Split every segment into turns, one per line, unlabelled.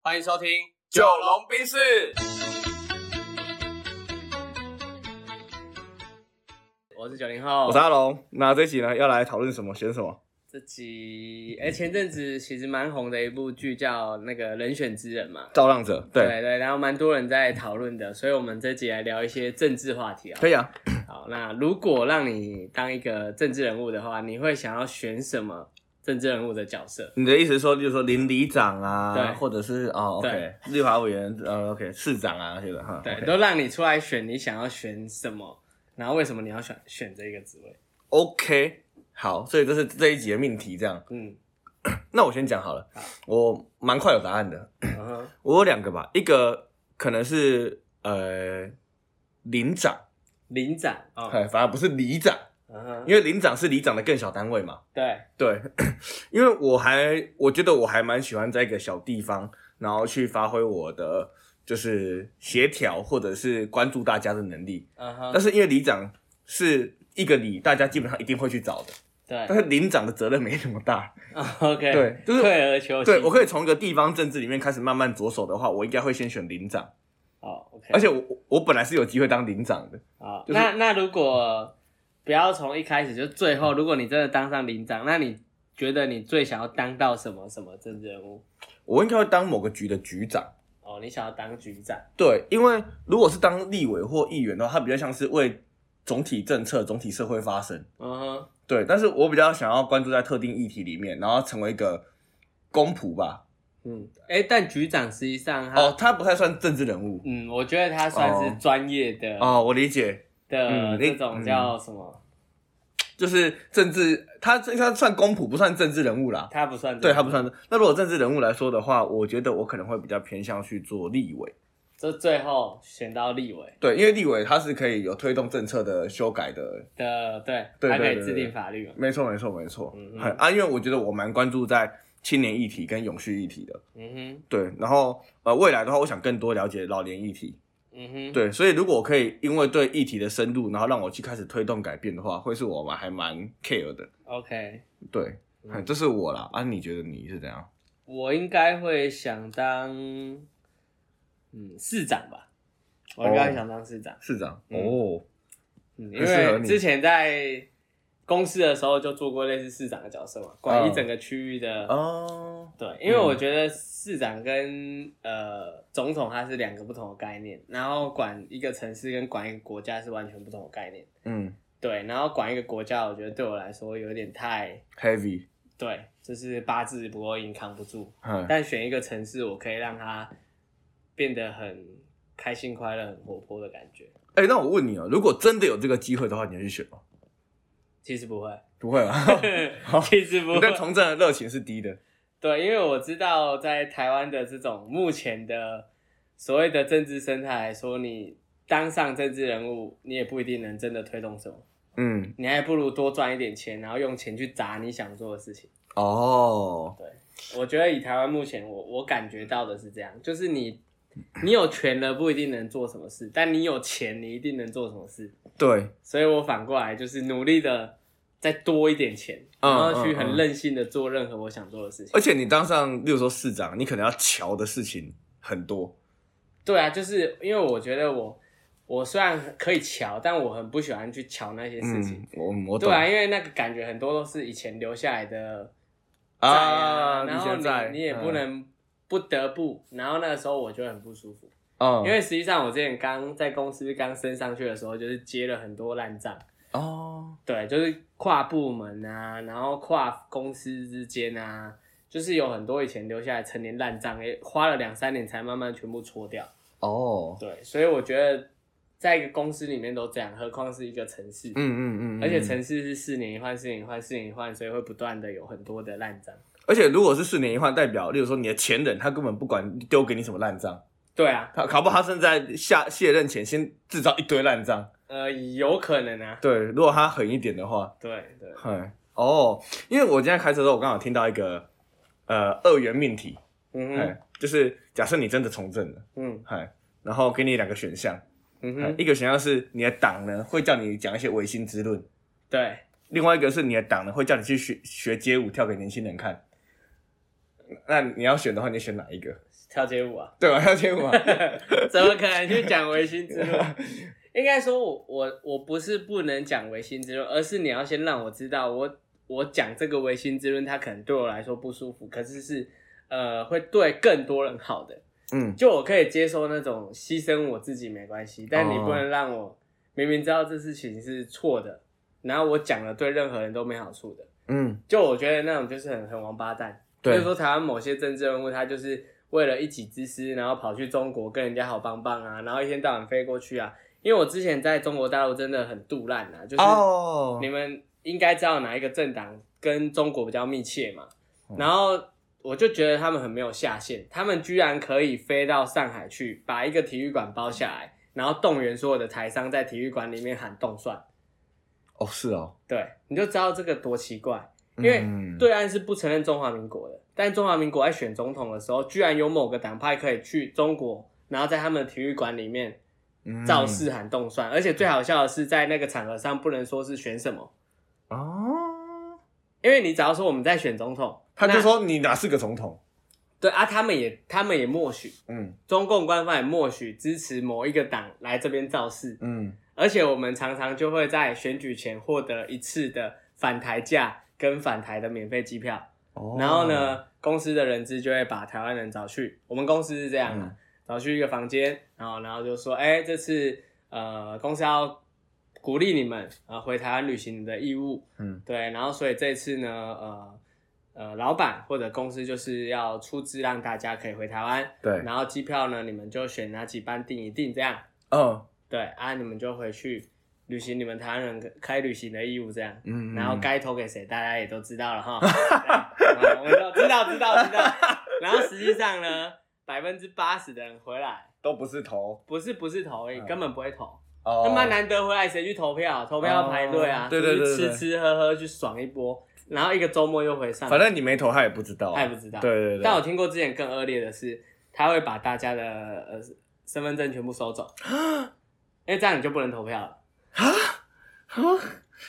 欢迎收听《
九龙冰室。
我是九零后，
我是阿龙。那这期呢，要来讨论什么？选什么？
这集哎、前阵子其实蛮红的一部剧叫那个《人选之人》嘛，
造浪者，对，
对对，然后蛮多人在讨论的，所以我们这集来聊一些政治话题啊、
可以啊。
好，那如果让你当一个政治人物的话，你会想要选什么政治人物的角色？
你的意思是说，例如说邻里长
对
啊，或者是哦，OK，立法委员，呃，OK，市长啊，这个哈。
对
OK
都让你出来选，你想要选什么？然后为什么你要选选这个职位？
，OK，好，所以这是这一集的命题，这样。
嗯，
那我先讲好了，我蛮快有答案的。
嗯哼
我有两个吧，一个可能是呃邻长，
领展哦，
哎，反而不是里长，
嗯哼，
因为邻长是里长的更小单位嘛。
对，
对， 因为我还我觉得我还蛮喜欢在一个小地方，然后去发挥我的就是协调或者是关注大家的能力。
嗯
但
哼，
是因为里长是一个里，大家基本上一定会去找的，
对
但是里长的责任没那么大。
，OK，
呃对就是
退而求其
对我可以从一个地方政治里面开始慢慢着手的话，我应该会先选里长，
哦，OK，
而且我我我本来是有机会当里长的。
啊，
就是
那那如果不要从一开始就最后，如果你真的当上领长，那你觉得你最想要当到什么什么政治人物？
我应该会当某个局的局长，
哦，你想要当局长？
对，因为如果是当立委或议员的话，他比较像是为总体政策、总体社会发声。
嗯哼，
对，但是我比较想要关注在特定议题里面，然后成为一个公仆吧。
嗯，哎、但局长实际上他，
哦，他不太算政治人物。
嗯，我觉得他算是
哦
专业的、
哦，我理解，
的
嗯你嗯
这种叫什么？
就是政治，他他算公仆，不算政治人物啦。
他不算
对他不，算。那如果政治人物来说的话，我觉得我可能会比较偏向去做立委。
这最后选到立委
对，因为立委他是可以有推动政策的修改的。
的，对，
对对
他可以
对
制
对
定法律嘛？
没错，没错，没错。
嗯嗯
很啊，因为我觉得我蛮关注在青年议题跟永续议题的。
嗯哼，
对，然后呃，未来的话，我想更多了解老年议题。
嗯哼，，
对，所以如果我可以因为对议题的深入，然后让我去开始推动改变的话，会是我们还蛮 care 的。
，OK，
对，嗯这是我啦。啊，你觉得你是怎样？
我应该会想当，嗯，市长吧。我应该
哦
想当市长，
市长、
嗯
哦，
嗯，因
很适合
为
你
之前在公司的时候就做过类似市长的角色嘛，管一
哦
整个区域的。
哦，
对，因为我觉得市长跟呃总统它是两个不同的概念，然后管一个城市跟管一个国家是完全不同的概念。
嗯
对，然后管一个国家，我觉得对我来说有点太
，heavy，
对，就是八字不够硬扛不住。
嗯，
但选一个城市，我可以让它变得很开心、快乐、很活泼的感觉。
哎、那我问你哦、如果真的有这个机会的话，你会去选吗？
其实不会，
不会啊，
其实不
你
会。
对从政的热情是低的。
对，因为我知道在台湾的这种目前的所谓的政治生态来说，你当上政治人物，你也不一定能真的推动什么，
嗯，
你还不如多赚一点钱，然后用钱去砸你想做的事情。
哦，
我觉得以台湾目前我我感觉到的是这样，就是你你有权了不一定能做什么事，但你有钱你一定能做什么事。
对，
所以我反过来就是努力的再多一点钱，
嗯
然后去
嗯
很
嗯
任性的做任何我想做的事情。
而且你当上，例如说市长，你可能要瞧的事情很多。
对啊，就是因为我觉得我我虽然可以瞧，但我很不喜欢去瞧那些事情。
嗯，我我懂
对啊，因为那个感觉很多都是以前留下来的债
啊，
然
你
后
现在
你你也不
嗯
能不得不，然后那个时候我就很不舒服，
哦，
因为实际上我之前刚在公司刚升上去的时候，就是接了很多烂账，
哦，
对，就是跨部门啊，然后跨公司之间啊，就是有很多以前留下来陈年烂账，也花了两三年才慢慢全部搓掉。
哦，
对，所以我觉得在一个公司里面都这样，何况是一个城市，
嗯嗯嗯，
而且
嗯
城市是四年一换，四年一换，四年一换，所以会不断的有很多的烂账。
而且如果是四年一换，代表例如说你的前任他根本不管丢给你什么烂账，
对啊，
他搞不好他甚至在下卸任前先制造一堆烂账。
呃，有可能啊，
对，如果他狠一点的话，
对对，
嗨，哦，因为我今天开车的时候，我刚好听到一个呃二元命题，
嗯
嗨、
哼，
就是假设你真的从政了，
嗯
嗨，然后给你两个选项，
嗯
嗨
哼，
一个选项是你的党呢会叫你讲一些唯心之论。
对，
另外一个是你的党呢会叫你去学学街舞跳给年轻人看。那你要选的话，你选哪一个？
跳街舞啊，
对吧？要街舞啊，
怎么可能去讲唯心之论？应该说我，我我不是不能讲唯心之论，而是你要先让我知道我，我讲这个唯心之论，它可能对我来说不舒服，可是是呃会对更多人好的。
嗯，
就我可以接受那种牺牲我自己没关系，但你
哦
不能让我、明明知道这事情是错的，然后我讲了对任何人都没好处的。
嗯，
就我觉得那种就是很很王八蛋。所
对
以，说台湾某些政治人物，他就是为了一己之私，然后跑去中国跟人家好棒棒啊，然后一天到晚飞过去啊。因为我之前在中国大陆真的很杜烂啊，就是
哦
你，们应该知道哪一个政党跟中国比较密切嘛
嗯。
然后我就觉得他们很没有下限，他们居然可以飞到上海去，把一个体育馆包下来，然后动员所有的台商在体育馆里面喊动算，
哦是哦，
对，你就知道这个多奇怪。因为
嗯，
对岸是不承认中华民国的，但中华民国在选总统的时候，居然有某个党派可以去中国，然后在他们的体育馆里面
嗯
造势喊动算，而且最好笑的是，在那个场合上不能说是选什么，
哦，
因为你只要说我们在选总统，
他就
那
说你哪是个总统？
对啊，他们也他们也默许，
嗯
中共官方也默许支持某一个党来这边造势，
嗯，
而且我们常常就会在选举前获得一次的返台价跟返台的免费机票。
哦
然后？呢，公司的人资就会把台湾人找去，我们公司是这样的、啊
嗯
找去一个房间，然后然后就说，哎、这次呃公司要鼓励你们啊回台湾履行你的义务，
嗯
对，然后所以这次呢，呃呃老板或者公司就是要出资让大家可以回台湾，
对，
然后机票呢你们就选哪几班订一订这样，
嗯
对啊你们就回去履行你们台湾人该履行的义务这样，
嗯，
然后该投给谁，大家也都知道了哈。对我们都知道，知道，知道。然后实际上呢，百分之八十的人回来，
都不是投
不是不是投而已，
嗯
根本不会投。
哦，
他妈难得回来，谁去投票？投票要排队啊
哦，对对
出去
对对
吃吃喝喝去爽一波，然后一个周末又回上海，
反正你没投，他也不知道啊，
他也不知道。
对对对，
但我听过之前更恶劣的是，他会把大家的呃身份证全部收走，因为这样你就不能投票了。
啊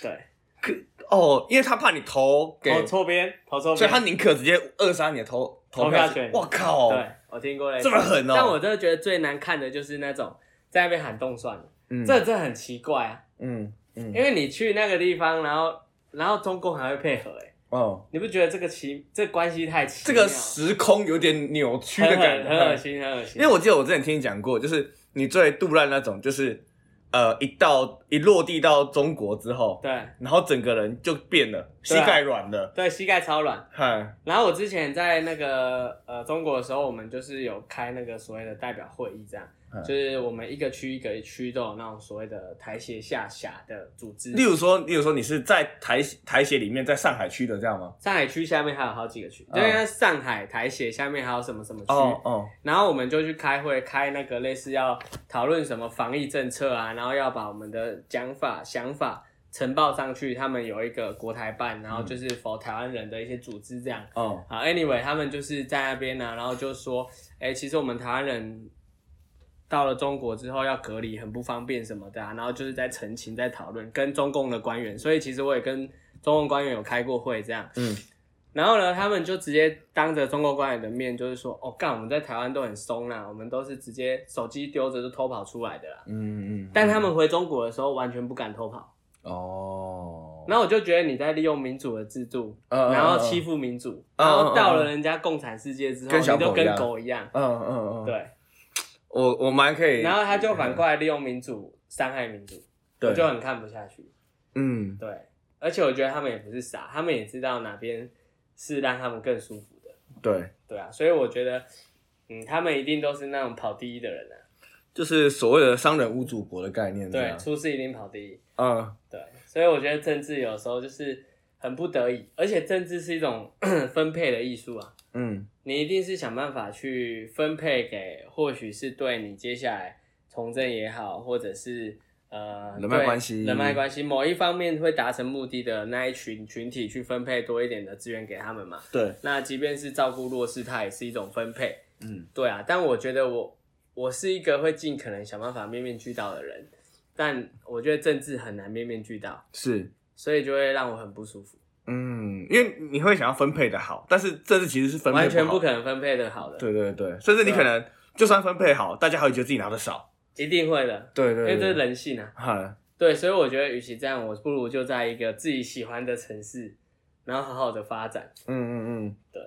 对，
可哦，因为他怕你投给，
投错边，投错边，
所以他宁可直接扼杀你的投
投
票
票权
我靠，
对，我听过类似
这么狠哦！
但我真的觉得最难看的就是那种在那边喊动算了，
嗯
这这很奇怪啊，
嗯嗯，
因为你去那个地方，然后然后中共还会配合、欸，
哦，
你不觉得这个奇这关系太奇
这
妙
个
了
时空有点扭曲
很
的感
很很恶
觉，哎
心，很恶心，
因为我记得我之前听你讲过，就是你最杜烂那种，就是呃一到一落地到中国之后，
对
然后整个人就变了，膝
对啊
盖软了，
对膝盖超软。
嗨，
然后我之前在那个呃中国的时候，我们就是有开那个所谓的代表会议，这样、
嗯
就是我们一个区一个区都有那种所谓的台协下辖的组织，
例如说，例如说你是在台台协里面，在上海区的这样吗？
上海区下面还有好几个区，
嗯
就像上海台协下面还有什么什么区。
哦哦，
然后我们就去开会，开那个类似要讨论什么防疫政策啊，然后要把我们的讲法、想法呈报上去。他们有一个国台办，然后就是否台湾人的一些组织这样。
哦，
好，anyway，他们就是在那边呢、啊然后就说，哎，其实我们台湾人到了中国之后要隔离，很不方便什么的啊。然后就是在澄清、在讨论，跟中共的官员。所以其实我也跟中共官员有开过会这样。
嗯，
然后呢，他们就直接当着中国官员的面，就是说，哦，干，我们在台湾都很松啦，我们都是直接手机丢着就偷跑出来的啦。
嗯嗯，
但他们回中国的时候完全不敢偷跑。
哦，
然后我就觉得你在利用民主的制度，
嗯
然后欺，负民主，
嗯
然后到了人家共产世界之后，
跟小
你
狗
就
一样
跟狗一样。
嗯嗯嗯，嗯，
对，
我我蛮可以，
然后他就反过来利用民主伤害民主，我
对，
就很看不下去。
嗯，
对，而且我觉得他们也不是傻，他们也知道哪边是让他们更舒服的。
对，
对啊，所以我觉得，嗯，他们一定都是那种跑第一的人啊，
就是所谓的商人无祖国的概念，这
对，
样
出事一定跑第一，
嗯，
对，所以我觉得政治有时候就是很不得已，而且政治是一种 分配的艺术啊，
嗯
你一定是想办法去分配给，或许是对你接下来从政也好，或者是呃
人脉
对
关系
人脉关系某一方面会达成目的的那一群群体去分配多一点的资源给他们嘛，
对，
那即便是照顾弱势，它也是一种分配。
嗯
对啊，但我觉得我我是一个会尽可能想办法面面俱到的人，但我觉得政治很难面面俱到，
是，
所以就会让我很不舒服。
嗯，因为你会想要分配的好，但是这次其实是分配
完全
不
不
好
可啊能分配的好的，
对对对，甚至你可能就算分配好，大家还会觉得自己拿的少。
一定会的，
对
因为
对
这是
对，
人性啊。
哈，
对，所以我觉得，与其这样，我不如就在一个自己喜欢的城市，然后好好的发展。
嗯嗯嗯，
对。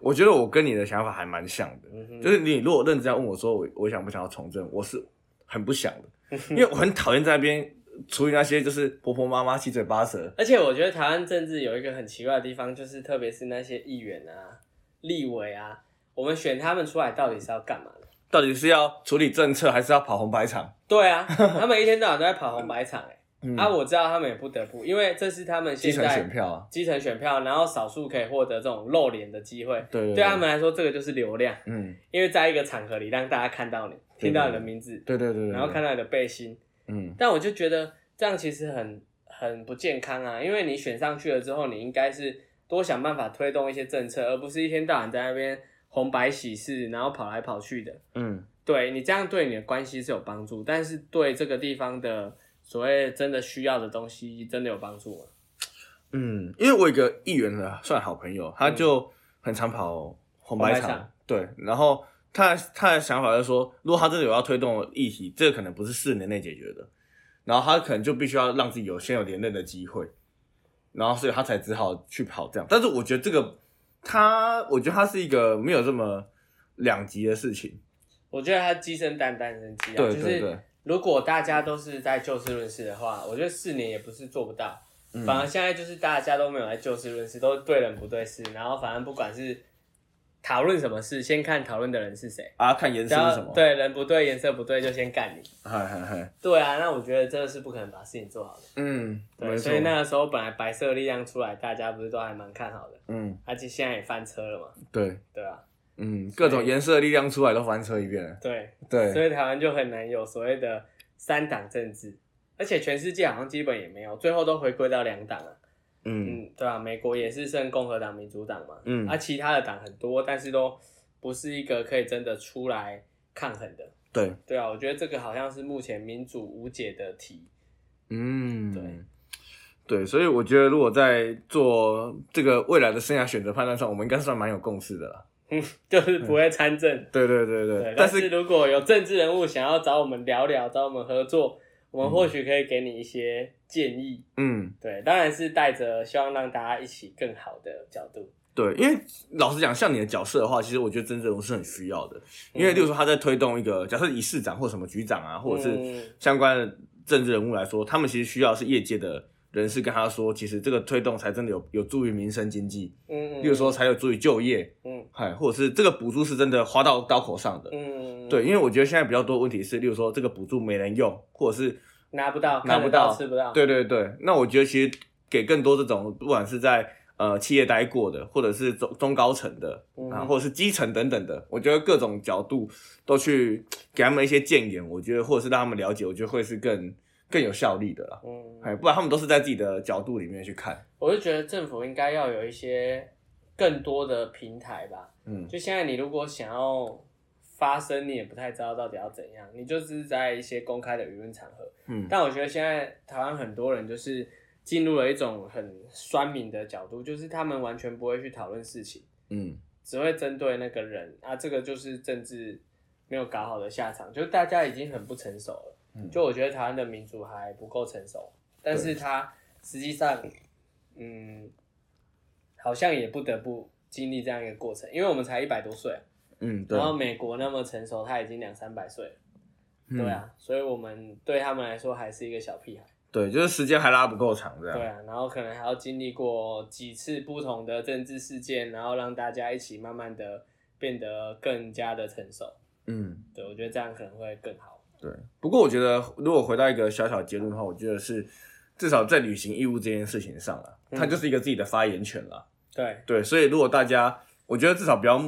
我觉得我跟你的想法还蛮像的，
嗯哼，
就是你如果认真要问我说我我想不想要从政，我是很不想 的，因为我很讨厌在那边处理那些就是婆婆妈妈七嘴八舌。
而且我觉得台湾政治有一个很奇怪的地方，就是特别是那些议员啊、立委啊，我们选他们出来到底是要干嘛的？
到底是要处理政策，还是要跑红白场？
对啊，他们一天到晚都在跑红白场、欸，
嗯
啊，我知道他们也不得不，因为这是他们
基
现
层
在
选票啊，
基层选票，然后少数可以获得这种露脸的机会。
对对啊
对他们，来说，这个就是流量，
嗯，
因为在一个场合里让大家看到你，
对
听到你的名字，
对对对对，
然后看
到，
到你的背心。
嗯
但我就觉得这样其实很很不健康啊，因为你选上去了之后，你应该是多想办法推动一些政策，而不是一天到晚在那边红白喜事，然后跑来跑去的。
嗯
对你这样对你的关系是有帮助，但是对这个地方的所谓真的需要的东西，真的有帮助吗？
嗯，因为我有一个议员的算好朋友，他就很常跑红白
红白
场
场，
对，然后。他他的想法就是说，如果他真的有要推动的议题，这个可能不是四年内解决的，然后他可能就必须要让自己有先有连任的机会，然后所以他才只好去跑这样。但是我觉得这个他，我觉得他是一个没有这么两极的事情，
我觉得他鸡生蛋，蛋生鸡啊，
对
就
对
是
对，
如果大家都是在就事论事的话，我觉得四年也不是做不到。
嗯
反而现在就是大家都没有来就事论事，都对人不对事，然后反正不管是讨论什么事，先看讨论的人是谁，
啊，看颜
只
色是
要
什么，，
对人不对、颜色不对就先干你。
嗨嗨嗨，
对啊，那我觉得真的是不可能把事情做好的。
嗯，
对，
没错
所以，那个时候本来白色力量出来，大家不是都还蛮看好的，
嗯，
而且现在也翻车了嘛，
对，
对啊，
嗯，各种颜色的力量出来都翻车一遍了，
对，所
对，
以台湾就很难有所谓的三党政治，而且全世界好像基本也没有，最后都回归到两党啊，
嗯
嗯，对啊，美国也是剩共和党、民主党嘛，
嗯
啊，其他的党很多，但是都不是一个可以真的出来抗衡的，
对，
对啊，我觉得这个好像是目前民主无解的题，
嗯，
对。
对，所以我觉得，如果在做这个未来的生涯选择判断上，我们应该算蛮有共识的啦。
就是不会参政。
对对对对，
对，
嗯
但
但
是如果有政治人物想要找我们聊聊，找我们合作，我们或许可以给你一些建议。
嗯，
对，当然是带着希望让大家一起更好的角度。
对，因为老实讲，像你的角色的话，其实我觉得真正我是很需要的，因为
嗯
例如说他在推动一个，假设以市长或什么局长啊，或者是
嗯
相关的政治人物来说，他们其实需要是业界的人士跟他说，其实这个推动才真的有有助于民生经济，
嗯，
例如说才有助于就业，
嗯
嗨，或者是这个补助是真的花到刀口上的。
嗯，
对，因为我觉得现在比较多问题是，例如说这个补助没人用，或者是
拿不到，
拿
看
不
得
到
吃不到。
对对对，那我觉得其实给更多这种，不管是在呃企业待过的，或者是中中高层的，
嗯
啊，或者是基层等等的，我觉得各种角度都去给他们一些建言，我觉得或者是让他们了解，我觉得会是更更有效力的啦。
嗯，
哎，不然他们都是在自己的角度里面去看。
我就觉得政府应该要有一些更多的平台吧。
嗯
就现在，你如果想要发声，你也不太知道到底要怎样，你就只是在一些公开的舆论场合。
嗯
但我觉得现在台湾很多人就是进入了一种很酸民的角度，就是他们完全不会去讨论事情，
嗯
只会针对那个人啊，这个就是政治没有搞好的下场，就是大家已经很不成熟了。
嗯
就我觉得台湾的民主还不够成熟，但是它实际上，嗯，好像也不得不经历这样一个过程，因为我们才一百多岁啊、
嗯，对
然，后美国那么成熟，他已经两三百岁了，
嗯
对，啊，所以我们对他们来说还是一个小屁孩。
对，就是时间还拉不够长这样。
对啊，然后可能还要经历过几次不同的政治事件，然后让大家一起慢慢的变得更加的成熟。
嗯。
对，我觉得这样可能会更好。
对，不过我觉得，如果回到一个小小结论的话，我觉得是至少在履行义务这件事情上了，
嗯
它就是一个自己的发言权了。
对，
对，所以如果大家，我觉得至少不要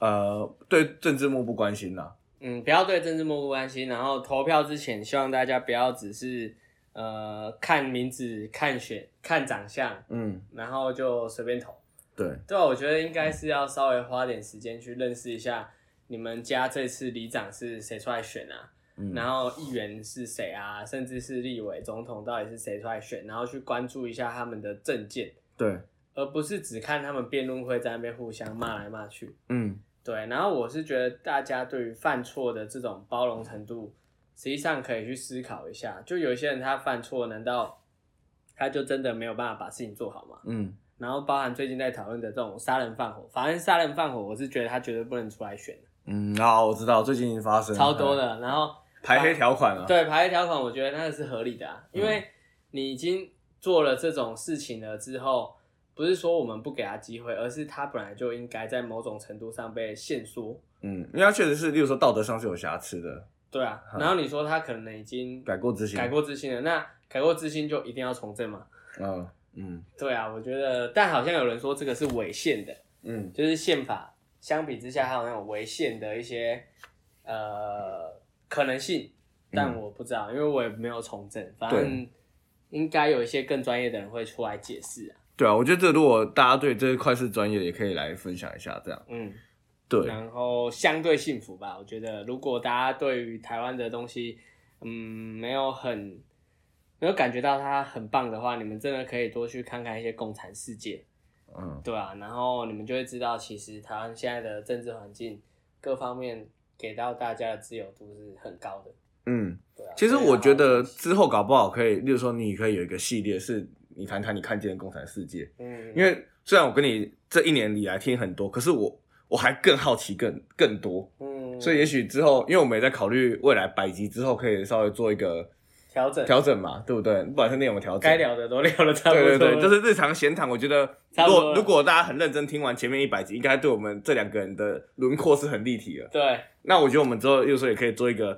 呃对政治漠不关心啦。
嗯，不要对政治漠不关心，然后投票之前，希望大家不要只是呃看名字、看选、看长相，
嗯，
然后就随便投。
对，
对啊，我觉得应该是要稍微花点时间去认识一下你们家这次里长是谁出来选啊，
嗯
然后议员是谁啊，甚至是立委、总统到底是谁出来选，然后去关注一下他们的政见，
对，
而不是只看他们辩论会在那边互相骂来骂去。
嗯，
对，然后我是觉得大家对于犯错的这种包容程度，实际上可以去思考一下。就有些人他犯错，难道他就真的没有办法把事情做好吗？
嗯，
然后包含最近在讨论的这种杀人放火，反正杀人放火，我是觉得他绝对不能出来选，
嗯，啊，我知道，最近发生
超多的。然后
排黑条款啊，
对排列条款，我觉得那个是合理的啊，因为你已经做了这种事情了之后，不是说我们不给他机会，而是他本来就应该在某种程度上被限缩。
嗯，因为他确实是，例如说道德上是有瑕疵的，
对啊，然后你说他可能已经
改过自新，
改，过自新了，那改过自新就一定要从政嘛？
嗯嗯
对啊，我觉得，但好像有人说这个是违宪的，
嗯
就是宪法相比之下，它好像有违宪的一些呃可能性，但
嗯
我不知道，因为我也没有从政，反正应该有一些更专业的人会出来解释啊。
对啊，我觉得这如果大家对这一块是专业的，也可以来分享一下，这样
嗯，
对，
然后相对幸福吧，我觉得如果大家对于台湾的东西，嗯，没有很没有感觉到它很棒的话，你们真的可以多去看看一些共产世界。
嗯
对啊，然后你们就会知道，其实台湾现在的政治环境各方面给到大家的自由度是很高的。
嗯，
对啊，
其实
所以
我觉得
好好
之后搞不好可以，例如说你可以有一个系列是你谈谈你看见的共产世界，
嗯，
因为虽然我跟你这一年以来听很多，可是我我还更好奇更更多，
嗯，
所以也许之后，因为我们也在考虑未来百集之后可以稍微做一个
调整
调整嘛，对不对？不管是内容调整，
该聊的都聊了差不多
对
了，
对对，就是日常闲谈。我觉得
差
如
不多
果
了
如果大家很认真听完前面一百集，应该对我们这两个人的轮廓是很立体的。
对
那我觉得我们之后，例如说也可以做一个，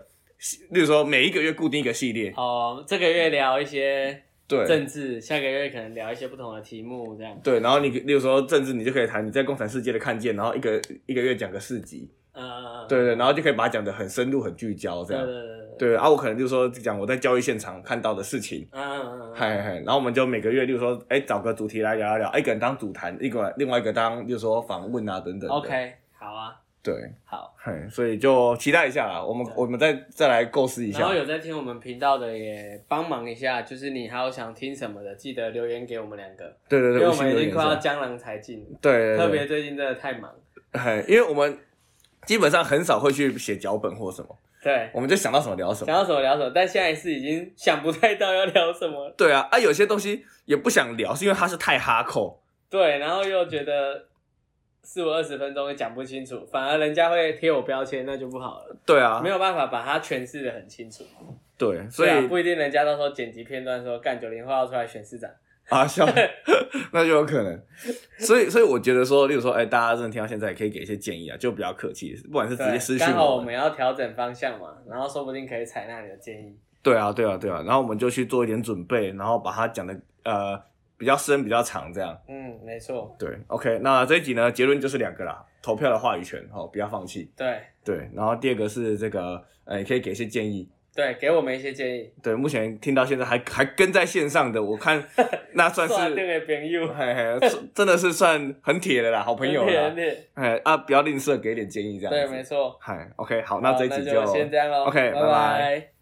例如说每一个月固定一个系列，
哦，这个月聊一些
对
政治，下个月可能聊一些不同的题目，这样。
对，然后你例如说政治，你就可以谈你在共产世界的看见，然后一个一个月讲个四集，
嗯，
对对，然后就可以把它讲的很深入、很聚焦这
对
样。
对对对，
对啊，我可能就说讲我在交易现场看到的事情，
嗯嗯嗯
嗨嗨嗨，然后我们就每个月，例如说，哎，找个主题来聊一哎聊，一个人当主谈，一个另外一个当，就是说访问啊等等的。
，OK，好啊，
对，
好。
嗨，所以就期待一下啦，我们
对
我们再再来构思一
然
下
后。有在听我们频道的也帮忙一下，就是你还有想听什么的，记得留言给我们两个。
对对
因
对，
为
五
我
星
们
留
已
言
经
是
快要
吧
江郎才尽了，
对对对
特别最近真的太忙。
嗨，因为我们基本上很少会去写脚本或什么，
对，
我们就想到什么聊什
想
么。
要什么聊什么，但现在是已经想不太到要聊什么了。
对啊，啊，有些东西也不想聊，是因为它是太哈扣。
对，然后又觉得四五二十分钟也讲不清楚，反而人家会贴我标签，那就不好了，
对啊
没，有办法把它诠释的很清楚。
对，所以
对啊不一定人家到时候剪辑片段说干九零后要出来选市长，
啊，笑， 那就有可能。所以，所以我觉得说，例如说，哎、大家真的听到现在，也可以给一些建议啊，就比较客气，不管是直接私
对，
信
刚好
我
我们要调整方向嘛，然后说不定可以采纳你的建议。
对啊，对啊，对啊。然后我们就去做一点准备，然后把它讲的呃比较深、比较长这样。
嗯，没错，
对，OK。那这一集呢，结论就是两个啦，投票的话语权哦，不要放弃。
对
对，然后第二个是这个，呃，也可以给一些建议。
对，给我们一些建议，
对，目前听到现在还还跟在线上的，我看那算
算
是
定，给朋友，
嘿嘿，真的是算很铁的啦，好朋友啦
真。的
哎啊，不要吝啬给点建议这样
对，
子。
没错。
嗨，OK，好，
好
那这一集就
先这样喽。
OK，
拜
拜拜